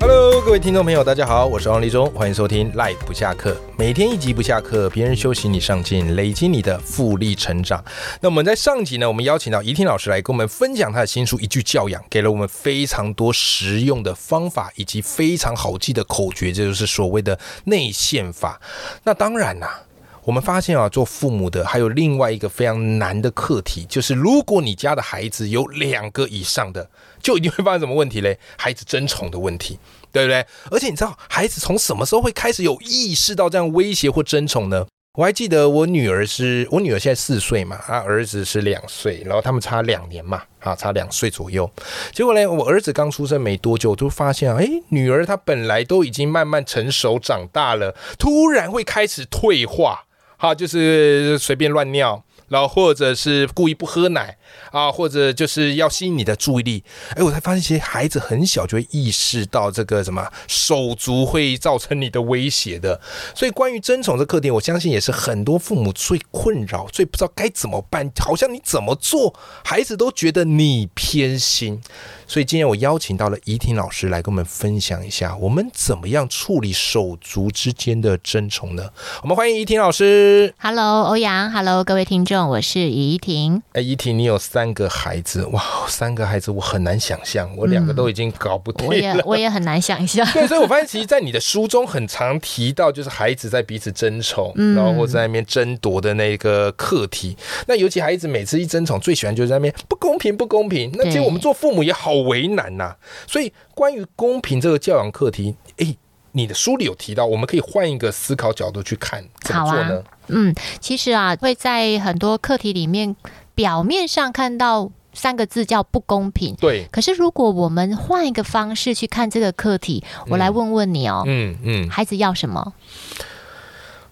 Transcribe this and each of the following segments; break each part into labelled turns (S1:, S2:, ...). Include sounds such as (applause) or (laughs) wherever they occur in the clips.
S1: Hello，各位听众朋友，大家好，我是王立中，欢迎收听 Life 不下课，每天一集不下课，别人休息你上进，累积你的复利成长。那我们在上集呢，我们邀请到怡婷老师来跟我们分享她的新书《一句教养》，给了我们非常多实用的方法以及非常好记的口诀，这就是所谓的内线法。那当然啦、我们发现啊，做父母的还有另外一个非常难的课题，就是如果你家的孩子有两个以上的，就一定会发生什么问题嘞？ (laughs) 孩子争宠的问题，对不对？而且你知道，孩子从什么时候会开始有意识到这样威胁或争宠呢？我还记得我女儿是我女儿现在四岁嘛，啊，儿子是两岁，然后他们差两年嘛，啊，差两岁左右。结果呢，我儿子刚出生没多久，我就发现啊，诶，女儿她本来都已经慢慢成熟长大了，突然会开始退化，哈、就是随便乱尿。然后或者是故意不喝奶啊，或者就是要吸引你的注意力。哎，我才发现，其实孩子很小就会意识到这个什么手足会造成你的威胁的。所以，关于争宠这课题，我相信也是很多父母最困扰、最不知道该怎么办，好像你怎么做，孩子都觉得你偏心。所以，今天我邀请到了怡婷老师来跟我们分享一下，我们怎么样处理手足之间的争宠呢？我们欢迎怡婷老师。
S2: Hello，欧阳，Hello，各位听众，我是怡婷。
S1: 哎，怡婷，你有三个孩子，哇，三个孩子我很难想象，我两个都已经搞不定
S2: 嗯我也
S1: 了。
S2: 我也很难想象， (laughs)
S1: (laughs) 对，所以我发现，其实，在你的书中很常提到，就是孩子在彼此争宠，然后或者在那边争夺的那个课题。那尤其孩子每次一争宠，最喜欢就是在那边不公平，不公平。那其实我们做父母也好为难呐、所以，关于公平这个教养课题，哎，你的书里有提到，我们可以换一个思考角度去看，怎么做呢？
S2: 嗯，其实啊，会在很多课题里面，表面上看到三个字叫不公平。
S1: 对，
S2: 可是如果我们换一个方式去看这个课题，我来问问你哦，
S1: 嗯嗯。
S2: 孩子要什么？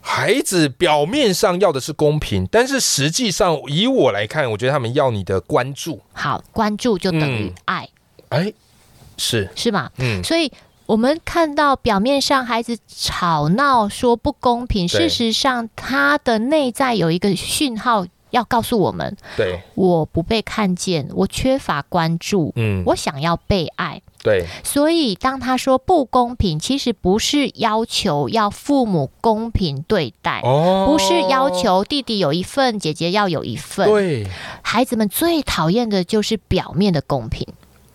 S1: 孩子表面上要的是公平，但是实际上以我来看，我觉得他们要你的关注。
S2: 好，关注就等于
S1: 嗯
S2: 爱，
S1: 哎，是，
S2: 是吗？
S1: 嗯，
S2: 所以我们看到表面上孩子吵闹说不公平，
S1: 对
S2: 事实上他的内在有一个讯号要告诉我们：
S1: 对，
S2: 我不被看见，我缺乏关注。
S1: 嗯，
S2: 我想要被爱，
S1: 对，
S2: 所以当他说不公平，其实不是要求要父母公平对待，
S1: 哦
S2: 不是要，求弟弟有一份，姐姐要有一份。
S1: 对，
S2: 孩子们最讨厌的就是表面的公平。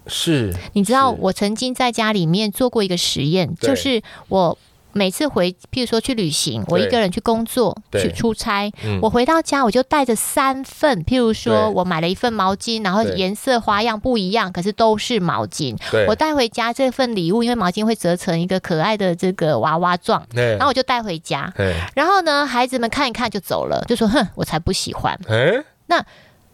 S1: 是，
S2: 你知道
S1: 是
S2: 我曾经在家里面做过一个实验，
S1: 对
S2: 就是我每次回，譬如说去旅行，我一个人去工作、
S1: 对
S2: 去出差，
S1: 嗯
S2: 我回到家我就带着三份，譬如说
S1: 对
S2: 我买了一份毛巾，然后
S1: 对
S2: 颜色花样不一样，可是都是毛巾。
S1: 对，
S2: 我带回家这份礼物，因为毛巾会折成一个可爱的这个娃娃状，
S1: 哎
S2: 然后我就嗯带回家。
S1: 哎，
S2: 然后呢，孩子们看一看就走了，就说：“哼，我才不喜欢。”
S1: 哎，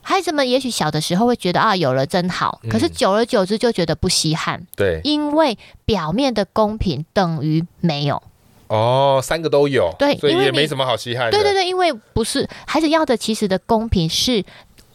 S2: 孩子们也许小的时候会觉得啊，有了真好，可是
S1: 嗯
S2: 久而久之就觉得不稀罕。
S1: 对，
S2: 因为表面的公平等于没有。
S1: 哦，三个都有，
S2: 对
S1: 所以
S2: 因为
S1: 也
S2: 你
S1: 没什么好稀罕的，
S2: 对对对，因为不是孩子要的，其实的公平是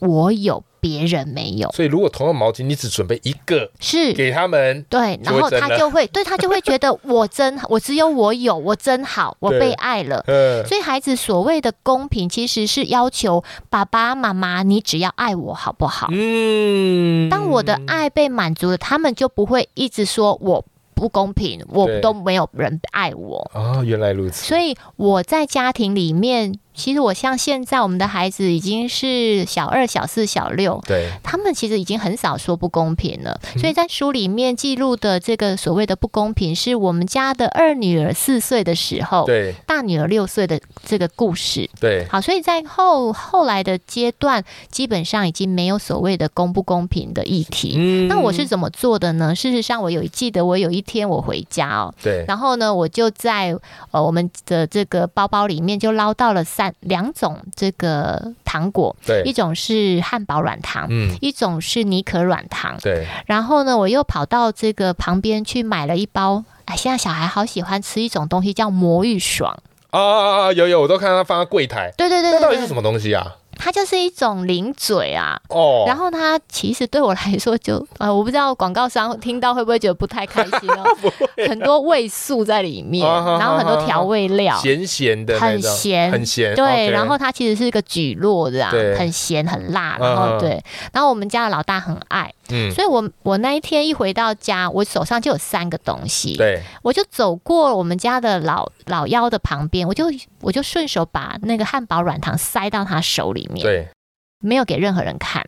S2: 我有，别人没有，
S1: 所以如果同样毛巾，你只准备一个
S2: 是。
S1: 给他们，
S2: 对，
S1: 就
S2: 然
S1: 会
S2: 后
S1: 真
S2: 他
S1: 了 (laughs)
S2: 就会，对他就会觉得我真，我只有我有，我真好，我
S1: 对
S2: 被爱了。
S1: 嗯，
S2: 所以孩子所谓的公平，其实是要求爸爸妈妈，你只要爱我好不好？
S1: 嗯，
S2: 当我的爱被满足了，他们就不会一直说我不公平，我
S1: 对
S2: 都没有人爱我。
S1: 哦，原来如此，
S2: 所以我在家庭里面，其实我像现在我们的孩子已经是小二、小四、小六，
S1: 对，
S2: 他们其实已经很少说不公平了。
S1: 嗯
S2: 所以在书里面记录的这个所谓的不公平，是我们家的二女儿四岁的时候，
S1: 对，
S2: 大女儿六岁的这个故事。
S1: 对，
S2: 好，所以在后后来的阶段，基本上已经没有所谓的公不公平的议题。
S1: 嗯
S2: 那我是怎么做的呢？事实上，我有记得，我有一天我回家哦，
S1: 对，
S2: 然后呢，我就在呃我们的这个包包里面就捞到了三两种这个糖果，一
S1: 对，
S2: 种是汉堡软糖。
S1: 嗯，
S2: 一种是尼可软糖，
S1: 对，啊
S2: 然后呢，我又跑到这个旁边去买了一包。哎，现在小孩好喜欢吃一种东西叫魔芋爽，
S1: 啊啊啊！有有，我都看到他放在柜台。
S2: 对对对
S1: 那
S2: 对
S1: 到底是
S2: 对
S1: 什么东西啊？
S2: 它就是一种零嘴啊。
S1: 哦，
S2: 然后它其实对我来说就呃，我不知道广告商听到会不会觉得不太开
S1: (laughs)
S2: 心哦，很多味素在里面，
S1: 啊哈哈哈哈
S2: 然后很多调味料，
S1: 咸咸的那
S2: 很
S1: 种，
S2: 咸
S1: 很咸，
S2: 对，
S1: OK
S2: 然后它其实是一个蒟蒻这样
S1: 对，
S2: 很咸很辣，
S1: 嗯嗯
S2: 然后对，然后我们家的老大很爱，
S1: 嗯，
S2: 所以我我那一天一回到家，我手上就有三个东西，
S1: 对，
S2: 我就走过我们家的老老幺的旁边，我就我就顺手把那个汉堡软糖塞到他手里面，
S1: 对，
S2: 没有给任何人看。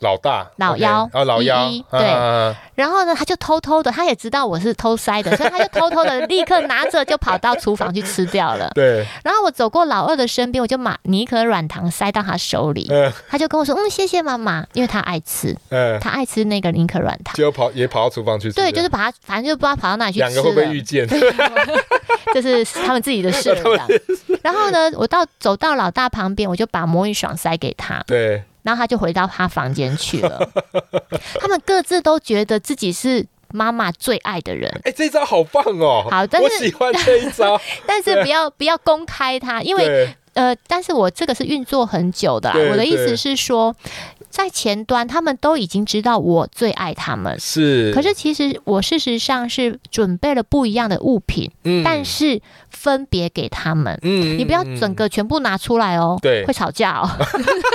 S1: 老大，
S2: 老
S1: OK
S2: 幺
S1: 啊，老幺
S2: 依依，
S1: 啊
S2: 对
S1: 啊啊
S2: 然后呢，他就偷偷的，他也知道我是偷塞的，所以他就偷偷的立刻拿着就跑到厨房去吃掉
S1: (laughs)
S2: 了。
S1: 对，
S2: 然后我走过老二的身边，我就把尼可软糖塞到他手里，
S1: (laughs) 嗯
S2: 他就跟我说：“嗯，谢谢妈妈，因为他爱吃，
S1: 嗯，
S2: 他爱吃那个尼可软
S1: (laughs)
S2: 糖。”
S1: 就跑也跑到厨房去吃了，
S2: 对，就是把他，反正就不知道跑到哪里去吃
S1: 两
S2: 了。
S1: 个会不会遇见？ (laughs)
S2: 这是他们自己的事了。这样然后呢，我到走到老大旁边，我就把魔芋爽塞给他，
S1: 对，
S2: 然后他就回到他房间
S1: (laughs)
S2: 去了。他们各自都觉得自己是妈妈最爱的人，
S1: 哎，这招好棒哦，
S2: 好但是
S1: 我喜欢
S2: (laughs)
S1: 这一招，
S2: 但是不要不要公开它，因为
S1: 对
S2: 呃，但是我这个是运作很久的啦
S1: 对。
S2: 我的意
S1: 对
S2: 思是说，在前端他们都已经知道我最爱他们。
S1: 是，
S2: 可是其实我事实上是准备了不一样的物品，
S1: 嗯
S2: 但是分别给他们。
S1: 嗯
S2: 你不要
S1: 嗯
S2: 整个全部拿出来哦，
S1: 对
S2: 会吵架哦。 (laughs)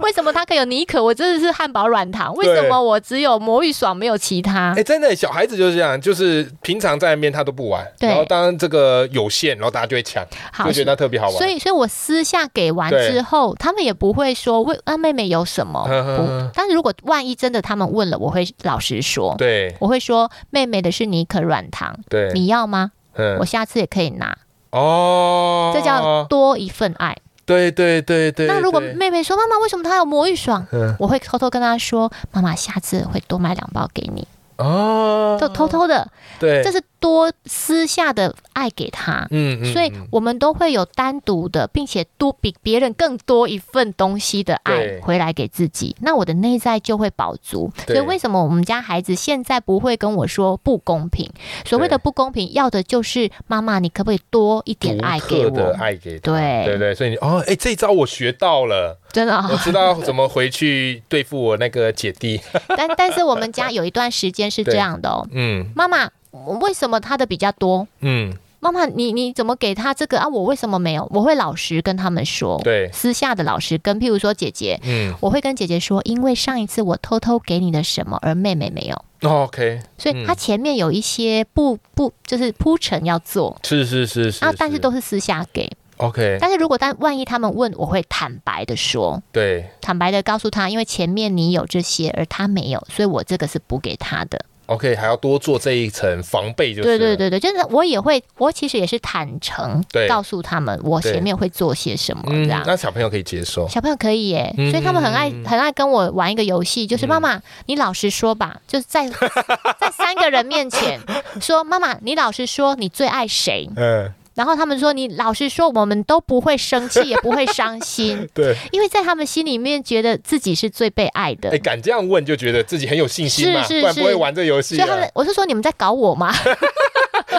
S2: 为什么他可以有尼可，我真的是汉堡软糖？为什么我只有魔芋爽没有其他
S1: 哎、？真的，小孩子就是这样，就是平常在那边他都不玩，
S2: 对
S1: 然后当这个有限，然后大家就会抢，
S2: 好
S1: 就，觉得他特别好玩。
S2: 所以所以我私下给完
S1: 对
S2: 之后，他们也不会说为啊妹妹有什么。
S1: 嗯嗯嗯
S2: 不，但是如果万一真的他们问了，我会老实说，
S1: 对
S2: 我会说妹妹的是尼可软糖，
S1: 对，
S2: 你要吗？
S1: 嗯
S2: 我下次也可以拿，
S1: 哦，
S2: 这叫多一份爱。
S1: 对对对对。
S2: 那如果
S1: 对
S2: 妹妹说妈妈为什么她有魔芋爽？
S1: 嗯
S2: 我会偷偷跟她说，妈妈下次会多买两包给你，
S1: 哦，
S2: 都偷偷的，
S1: 对，
S2: 这是多私下的爱给她。
S1: 嗯嗯，
S2: 所以
S1: 嗯
S2: 我们都会有单独的，并且多比别人更多一份东西的
S1: 对
S2: 爱回来给自己，那我的内在就会饱足。所
S1: 对
S2: 以为什么我们家孩子现在不会跟我说不公平？所谓的
S1: 对
S2: 不公平，要的就是妈妈，你可不可以多一点
S1: 独
S2: 爱给
S1: 特的
S2: 我？
S1: 爱给他，
S2: 对
S1: 对对，所以你哦，哎、这一招我学到了，
S2: 真的、哦， (laughs)
S1: 我知道怎么回去对付我那个姐弟。
S2: 但但是我们家有一段时间是这样的哦，
S1: 嗯
S2: 妈妈，我为什么他的比较多？
S1: 嗯，
S2: 妈妈，你你怎么给他这个啊？我为什么没有？我会老实跟他们说，
S1: 对，
S2: 私下的老实跟，譬如说姐姐，
S1: 嗯
S2: 我会跟姐姐说，因为上一次我偷偷给你的什么，而妹妹没有，
S1: ，OK，
S2: 所
S1: 嗯
S2: 以她前面有一些不不就是铺陈要做。
S1: 是是是是
S2: 啊，但是都是私下给。
S1: OK，
S2: 但是如果但万一他们问，我会坦白的说，
S1: 对
S2: 坦白的告诉他，因为前面你有这些，而他没有，所以我这个是补给他的。
S1: ，OK，还要多做这一层防备，就是
S2: 对
S1: 了
S2: 对对对，就是我也会，我其实也是坦诚
S1: 对嗯
S2: 告诉他们我前面会做些什么这样。
S1: 那小朋友可以接受。
S2: 小朋友可以耶，
S1: 嗯
S2: 所以他们很爱
S1: 嗯嗯嗯
S2: 很爱跟我玩一个游戏，就是妈妈，你老实说吧，就
S1: (laughs)
S2: 是在在三个人面前说妈妈，你老实说你最爱谁？
S1: 嗯，
S2: 然后他们说你老实说，我们都不会生气，也不会伤
S1: (laughs)
S2: 心，
S1: 对。
S2: 因为在他们心里面觉得自己是最被爱的
S1: 哎，，敢这样问就觉得自己很有信心嘛，
S2: 是是
S1: 不然不会
S2: 是
S1: 玩这游戏
S2: 所以他
S1: 啊
S2: 们。我是说你们在搞我吗？ (laughs)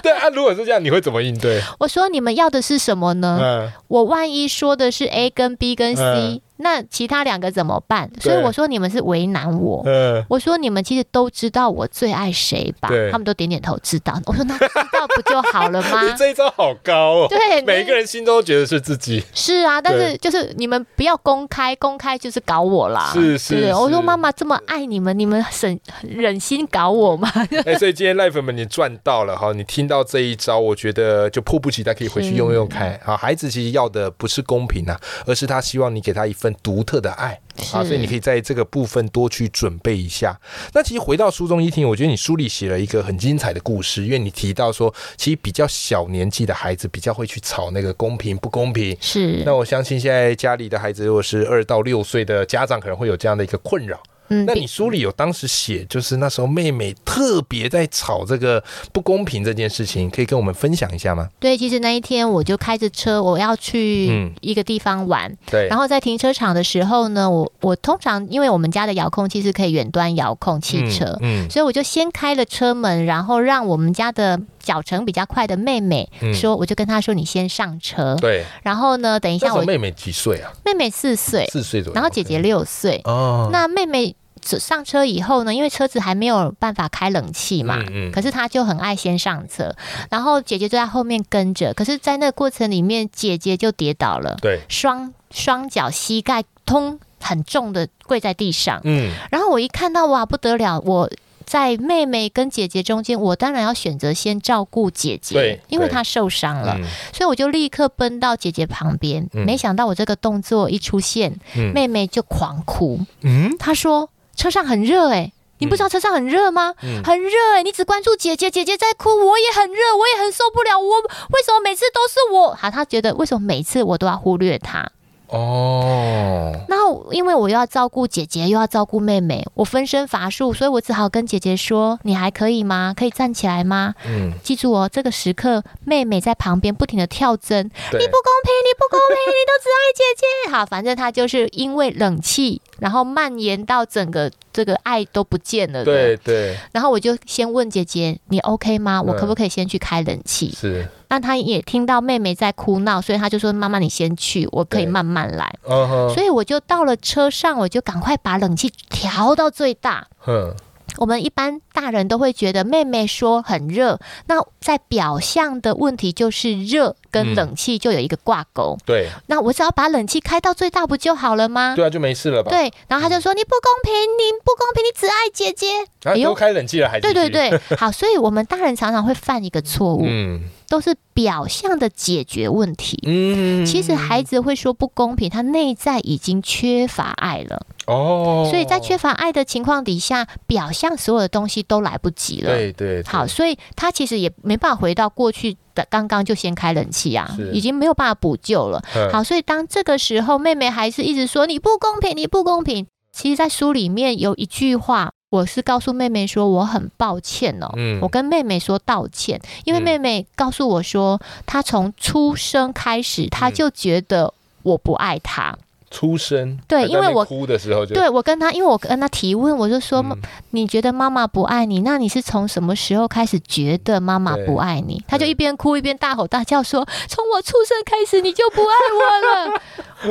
S1: 对啊，如果是这样，你会怎么应对？
S2: 我说你们要的是什么呢？
S1: 嗯，
S2: 我万一说的是 A 跟 B 跟 C，、
S1: 嗯
S2: 那其他两个怎么办？所以我说你们是为难我。
S1: 嗯，
S2: 我说你们其实都知道我最爱谁吧
S1: 对？
S2: 他们都点点头，知道。我说那知道不就好了
S1: (laughs)
S2: 吗
S1: 你？这一招好高哦。(laughs)
S2: 对，
S1: 每一个人心中都觉得是自己。
S2: 是啊，但
S1: 对
S2: 是就是你们不要公开，公开就是搞我啦。
S1: 是是
S2: 对不对
S1: 是
S2: 我说妈妈这么爱你们，你们忍忍心搞我吗？
S1: 哎，所以今天 l i f e 们你赚到了哈，你听到这一招，我觉得就迫不及待可以回去用用看啊。孩子其实要的不是公平啊，而是他希望你给他一份独特的爱。啊，所以你可
S2: 以
S1: 以在这个部分多去准备一下。那其实回到书中一听，我觉得你书里写了一个很精彩的故事，因为你提到说，其实比较小年纪的孩子比较会去吵那个公平不公平。
S2: 是
S1: 那我相信现在家里的孩子，如果是二到六岁的家长，可能会有这样的一个困扰。
S2: 嗯
S1: 那你书里有当时写，就是那时候妹妹特别在吵这个不公平这件事情，可以跟我们分享一下吗？
S2: 对，其实那一天我就开着车，我要
S1: 嗯
S2: 去一个地方玩，
S1: 对，
S2: 然后在停车场的时候呢，我我通常因为我们家的遥控器是可以远端遥控汽车，
S1: 嗯，嗯
S2: 所以我就先开了车门，然后让我们家的脚程比较快的妹妹
S1: 嗯
S2: 说，我就跟她说你先上车，
S1: 对，
S2: 然后呢，等一
S1: 那
S2: 下
S1: 时候
S2: 我
S1: 妹妹几岁啊？
S2: 妹妹四岁，
S1: 四岁左右。
S2: 然后姐姐
S1: OK
S2: 六岁，
S1: 哦，
S2: 那妹妹走上车以后呢，因为车子还没有办法开冷气嘛，
S1: 嗯嗯
S2: 可是她就很爱先上车，然后姐姐就在后面跟着，可是，在那个过程里面，姐姐就跌倒了，
S1: 对，
S2: 双双脚膝盖通很重的跪在地上，
S1: 嗯，
S2: 然后我一看到哇不得了，我。在妹妹跟姐姐中间，我当然要选择先照顾姐姐
S1: 对，
S2: 因为
S1: 对
S2: 她受伤了。
S1: 嗯
S2: 所以我就立刻奔到姐姐旁边，
S1: 嗯
S2: 没想到我这个动作一出现，
S1: 嗯
S2: 妹妹就狂哭。
S1: 嗯
S2: 她说：“车上很热哎、你不知道车上很热吗？
S1: 嗯
S2: 很热哎、你只关注姐姐，姐姐在哭，我也很热，我也很受不了。我为什么每次都是我？好，她觉得为什么每次我都要忽略她？
S1: 哦，
S2: 那我因为我又要照顾姐姐，又要照顾妹妹，我分身乏术，所以我只好跟姐姐说：你还可以吗？可以站起来吗？
S1: 嗯，
S2: 记住哦，这个时刻妹妹在旁边不停的跳针，
S1: 对
S2: (laughs) 你不公平，你不公平，你都只爱姐姐。 (laughs) 好，反正她就是因为冷气，然后蔓延到整个这个爱都不见了。
S1: 对。对
S2: 然后我就先问姐姐，你 OK 吗？我
S1: 嗯
S2: 可不可以先去开冷气？
S1: 是，
S2: 那她也听到妹妹在哭闹，所以她就说：“妈妈，你先去，我可以
S1: 对
S2: 慢慢来。”
S1: 嗯哼，
S2: 所以我就到了车上，我就赶快把冷气调到最大。
S1: 哼，
S2: 我们一般大人都会觉得妹妹说很热，那在表象的问题就是热
S1: 嗯
S2: 跟冷气就有一个挂钩。
S1: 对
S2: 那我只要把冷气开到最大不就好了吗？
S1: 对啊，就没事了吧？，
S2: 对，然后他就说你不公平，你不公平，你只爱姐姐。
S1: 然
S2: 哎
S1: 后
S2: 呦
S1: 都啊开冷气了，还
S2: 对
S1: 继续，
S2: 对
S1: (laughs)
S2: 对，好，所以我们大人常常会犯一个错误，
S1: 嗯
S2: 都是表象的解决问题。
S1: 嗯，
S2: 其实孩子会说不公平，他内在已经缺乏爱了，
S1: 哦，
S2: 所以在缺乏爱的情况底下，表象所有的东西都来不及了。
S1: 对对
S2: 好，，所以他其实也没办法回到过去的刚刚就先开冷气啊
S1: 是，嗯
S2: 已经没有办法补救了。
S1: 对，
S2: 好，所以当这个时候，妹妹还是一直说你不公平，你不公平。其实，在书里面有一句话，我是告诉妹妹说我很抱歉哦，
S1: 嗯
S2: 我跟妹妹说道歉，因为
S1: 嗯
S2: 妹妹告诉我说，她从出生开始，
S1: 嗯
S2: 她就觉得我不爱她。
S1: 出生，
S2: 对
S1: 还在
S2: 因为
S1: 那边
S2: 我
S1: 哭的时候就
S2: 对我跟她，因为我跟她提问，我就说、 (laughs)
S1: 嗯
S2: 你觉得妈妈不爱你，那你是从什么时候开始觉得妈妈不爱你？他就一边哭一边大吼大叫说：“从我出生开始你就不爱
S1: (laughs)
S2: 我了。”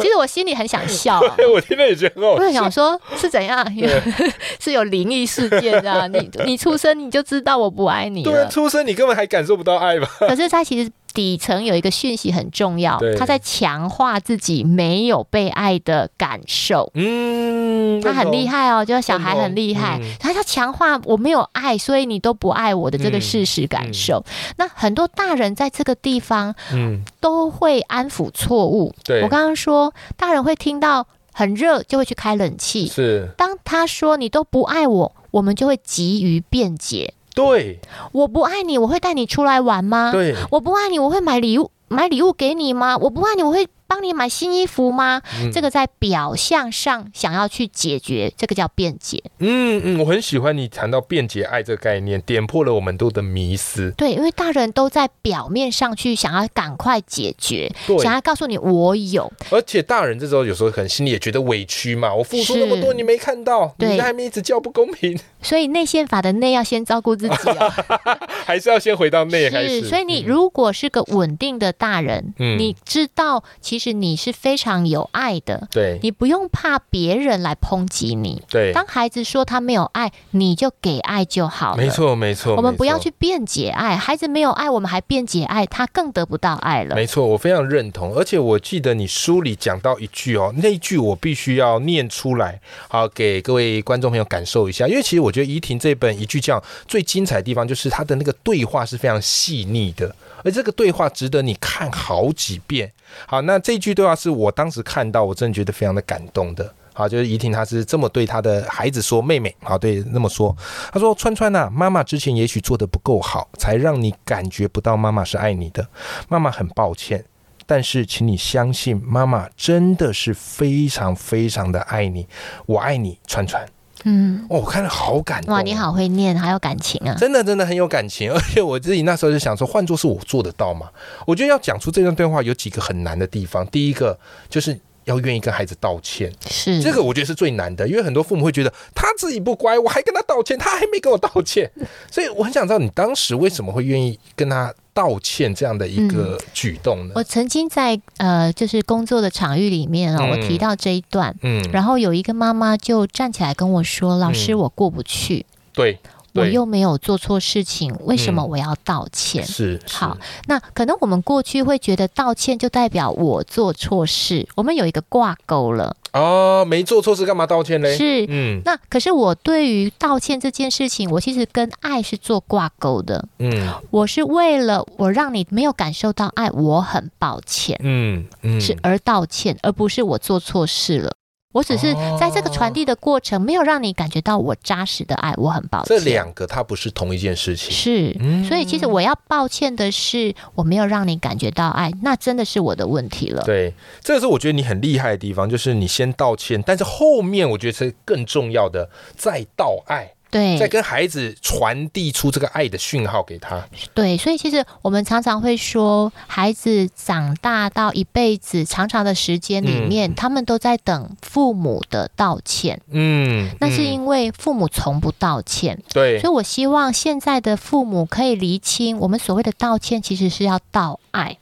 S2: 其实我心里很想笑、啊，
S1: 哎对我听了也觉得很好
S2: 我就
S1: 笑，
S2: 想说是怎样， (laughs) 是有灵异事件的、
S1: (laughs)
S2: 啊，你你出生你就知道我不爱你
S1: 对啊，
S2: 了。
S1: 出生你根本还感受不到爱吧？
S2: 可是他其实底层有一个讯息很重要
S1: 对，
S2: 他在强化自己没有被爱的感受。
S1: 嗯，
S2: 他很厉
S1: 害，
S2: 害哦，就是小孩
S1: 认同
S2: 很厉害
S1: 嗯，
S2: 他他强化我没有爱，所以你都不爱我的这个事实感受。那很多大人在这个地方
S1: 嗯，
S2: 都会安抚错误。
S1: 对，
S2: 我刚刚说，大人会听到很热就会去开冷气，
S1: 是
S2: 当他说你都不爱我，我们就会急于辩解，
S1: 对
S2: 我不爱你，我会带你出来玩吗？
S1: 对，
S2: 我不爱你，我会买礼物买礼物给你吗？我不爱你，我会帮你买新衣服吗？
S1: 嗯
S2: 这个在表象上想要去解决，这个叫辩解。
S1: 嗯嗯，我很喜欢你谈到便捷爱这个概念，点破了我们很多的迷思，
S2: 对，因为大人都在表面上去想要赶快解决，
S1: 对，
S2: 想要告诉你我有，
S1: 而且大人这时候有时候可能心里也觉得委屈嘛，我付出那
S2: 是
S1: 么多你没看到，
S2: 对
S1: 你还没一直叫不公平， (laughs)
S2: 所以内宪法的内要先照顾自己哦。
S1: 还是要先回到 (laughs) 内开
S2: 是，
S1: 始。
S2: 所以你如果是个稳定的大人，
S1: 嗯
S2: 你知道其实你是非常有爱的，
S1: 对
S2: 你不用怕别人来抨击你。
S1: 对，
S2: 当孩子说他没有爱，你就给爱就好了。
S1: 没。错没错，
S2: 我们不要
S1: 没错
S2: 去。辩解爱，孩子没有爱，我们还辩解爱，他更得不到爱了。
S1: 没错，我非常认同，而且我记得你书里讲到一句哦，那一句我必须要念出来，好给各位观众朋友感受一下，因为其实我觉得怡婷这本一句这样最精彩的地方就是她的那个对话是非常细腻的，而这个对话值得你看好几遍。好，那这句对话是我当时看到，我真的觉得非常的感动的。好，就是怡婷，她是这么对她的孩子说，妹妹，好，对，那么说，她说：“川川呐、妈妈之前也许做的不够好，才让你感觉不到妈妈是爱你的。妈妈很抱歉，但是请你相信，妈妈真的是非常非常的爱你，我爱你，川川。
S2: 嗯，
S1: 哦，我看了好感动、
S2: 哇，你。好会念，还有感情啊。
S1: 真的真的很有感情，而且我自己那时候就想说，换作是我做得到吗？我觉得要讲出这段对话有几个很难的地方。第一个就是要愿意跟孩子道歉，
S2: 是
S1: 这个我觉得是最难的，因为很多父母会觉得他自己不乖，我还跟他道歉，他还没跟我道歉，所以我很想知道你当时为什么会愿意跟他道歉这样的一个举动呢？
S2: 嗯我曾经在呃，就是工作的场域里面啊、
S1: 嗯
S2: 我提到这一段，
S1: 嗯，
S2: 然后有一个妈妈就站起来跟我说：“老师，
S1: 嗯
S2: 我过不去，
S1: 对，
S2: 我
S1: 对嗯
S2: 又没有做错事情，为什么我要道歉？”
S1: 是是
S2: 好那可能我们过去会觉得道歉就代表我做错事，我们有一个挂钩了，
S1: 哦，没做错事干嘛道歉嘞？
S2: 是。
S1: 嗯
S2: 那可是我对于道歉这件事情，我其实跟爱是做挂钩的。
S1: 嗯
S2: 我是为了我让你没有感受到爱，我很抱歉，
S1: 嗯嗯，
S2: 是而道歉，而不是我做错事了。我只是在这个传
S1: 哦
S2: 递的过程，没有让你感觉到我扎实的爱，我很抱歉。
S1: 这两个它不是同一件事情。
S2: 是，
S1: 嗯
S2: 所以其实我要抱歉的是，我没有让你感觉到爱，那真的是我的问题了。
S1: 对，这个是我觉得你很厉害的地方，就是你先道歉，但是后面我觉得是更重要的，再道爱，
S2: 对
S1: 再跟孩子传递出这个爱的讯号给他。
S2: 对，所以其实我们常常会说，孩子长大到一辈子长长的时间里面，他们都在等父母的道歉，
S1: 嗯，
S2: 那是
S1: 嗯
S2: 因为父母从不道歉。
S1: 对
S2: 所以我希望现在的父母可以厘清，我们所谓的道歉其实是要道爱，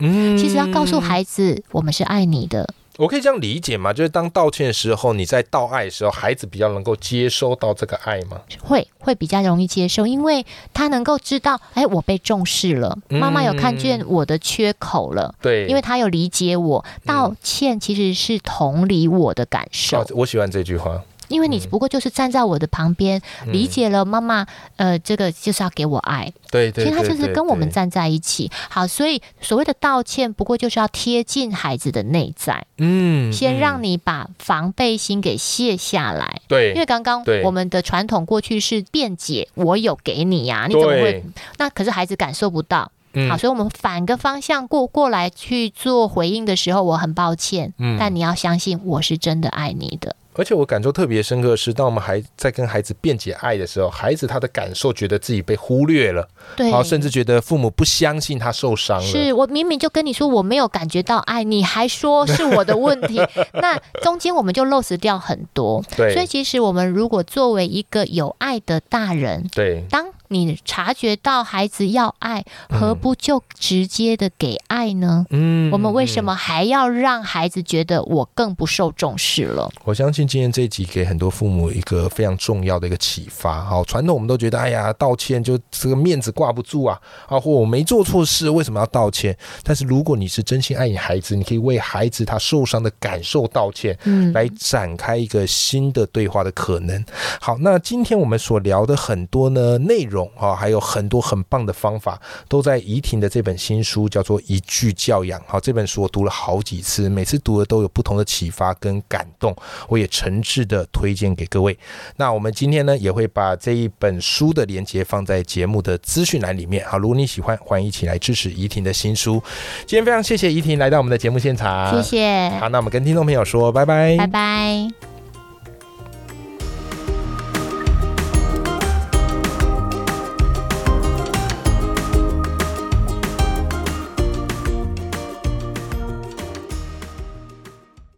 S1: 嗯
S2: 其实要告诉孩子，我们是爱你的。
S1: 我可以这样理解嘛，就是当道歉的时候，你在道爱的时候，孩子比较能够接收到这个爱嘛。
S2: 会会比较容易接受，因为他能够知道，哎，我被重视了，
S1: 嗯
S2: 妈妈有看见我的缺口了，
S1: 对，嗯
S2: 因为他有理解我。道歉其实是同理我的感受，
S1: 哦我喜欢这句话，
S2: 因为你只不过就是站在我的旁边，
S1: 嗯
S2: 理解了妈妈，呃，这个就是要给我爱，
S1: 对对，
S2: 其实他就
S1: 对
S2: 是跟我们。
S1: 对对
S2: 站在一起。好，所以所谓的道歉，不过就是要贴近孩子的内在，
S1: 嗯，
S2: 先让
S1: 嗯
S2: 你把防备心给卸下来。
S1: 对，
S2: 因为刚刚
S1: 对
S2: 我们的传统过去是辩解，我有给你啊呀、你怎么会
S1: 对？
S2: 那可是孩子感受不到。
S1: 嗯
S2: 好，所以我们反个方向过过来去做回应的时候，我很抱歉，
S1: 嗯
S2: 但你要相信我是真的爱你的。
S1: 而且我感受特别深刻的是，当我们还在跟孩子辩解爱的时候，孩子他的感受觉得自己被忽略了，
S2: 对
S1: 然，后甚至觉得父母不相信他受伤了。
S2: 是我明明就跟你说我没有感觉到爱，你还说是我的问
S1: (laughs)
S2: 题，那中间我们就 lose 掉很多。
S1: 对，
S2: 所以其实我们如果作为一个有爱的大人，
S1: 对，
S2: 当你察觉到孩子要爱，何不就直接的给爱呢？
S1: 嗯
S2: 我们为什？么还要让孩子觉得我更不受重视了？
S1: 我相信今天这一集给很多父母一个非常重要的一个启发。好，传统我们都觉得，哎呀，道歉就这个面子挂不住啊，啊，或我没做错事，为什么要道歉？但是如果你是真心爱你孩子，你可以为孩子他受伤的感受道歉，
S2: 嗯，
S1: 来展开一个新的对话的可能。好，那今天我们所聊的很多呢内容啊、还有很多很棒的方法，都在怡婷的这本新书叫做《一句教养》。好，这本书我读了好几次，每次读的都有不同的启发跟感动，我也诚挚的推荐给各位。那我们今天呢，也会把这一本书的连接放在节目的资讯栏里面。好，如果你喜欢，欢迎一起来支持怡婷的新书。今天非常谢谢怡婷来到我们的节目现场，
S2: 谢。谢，
S1: 好，那我们跟听众朋友说拜拜，
S2: 拜拜。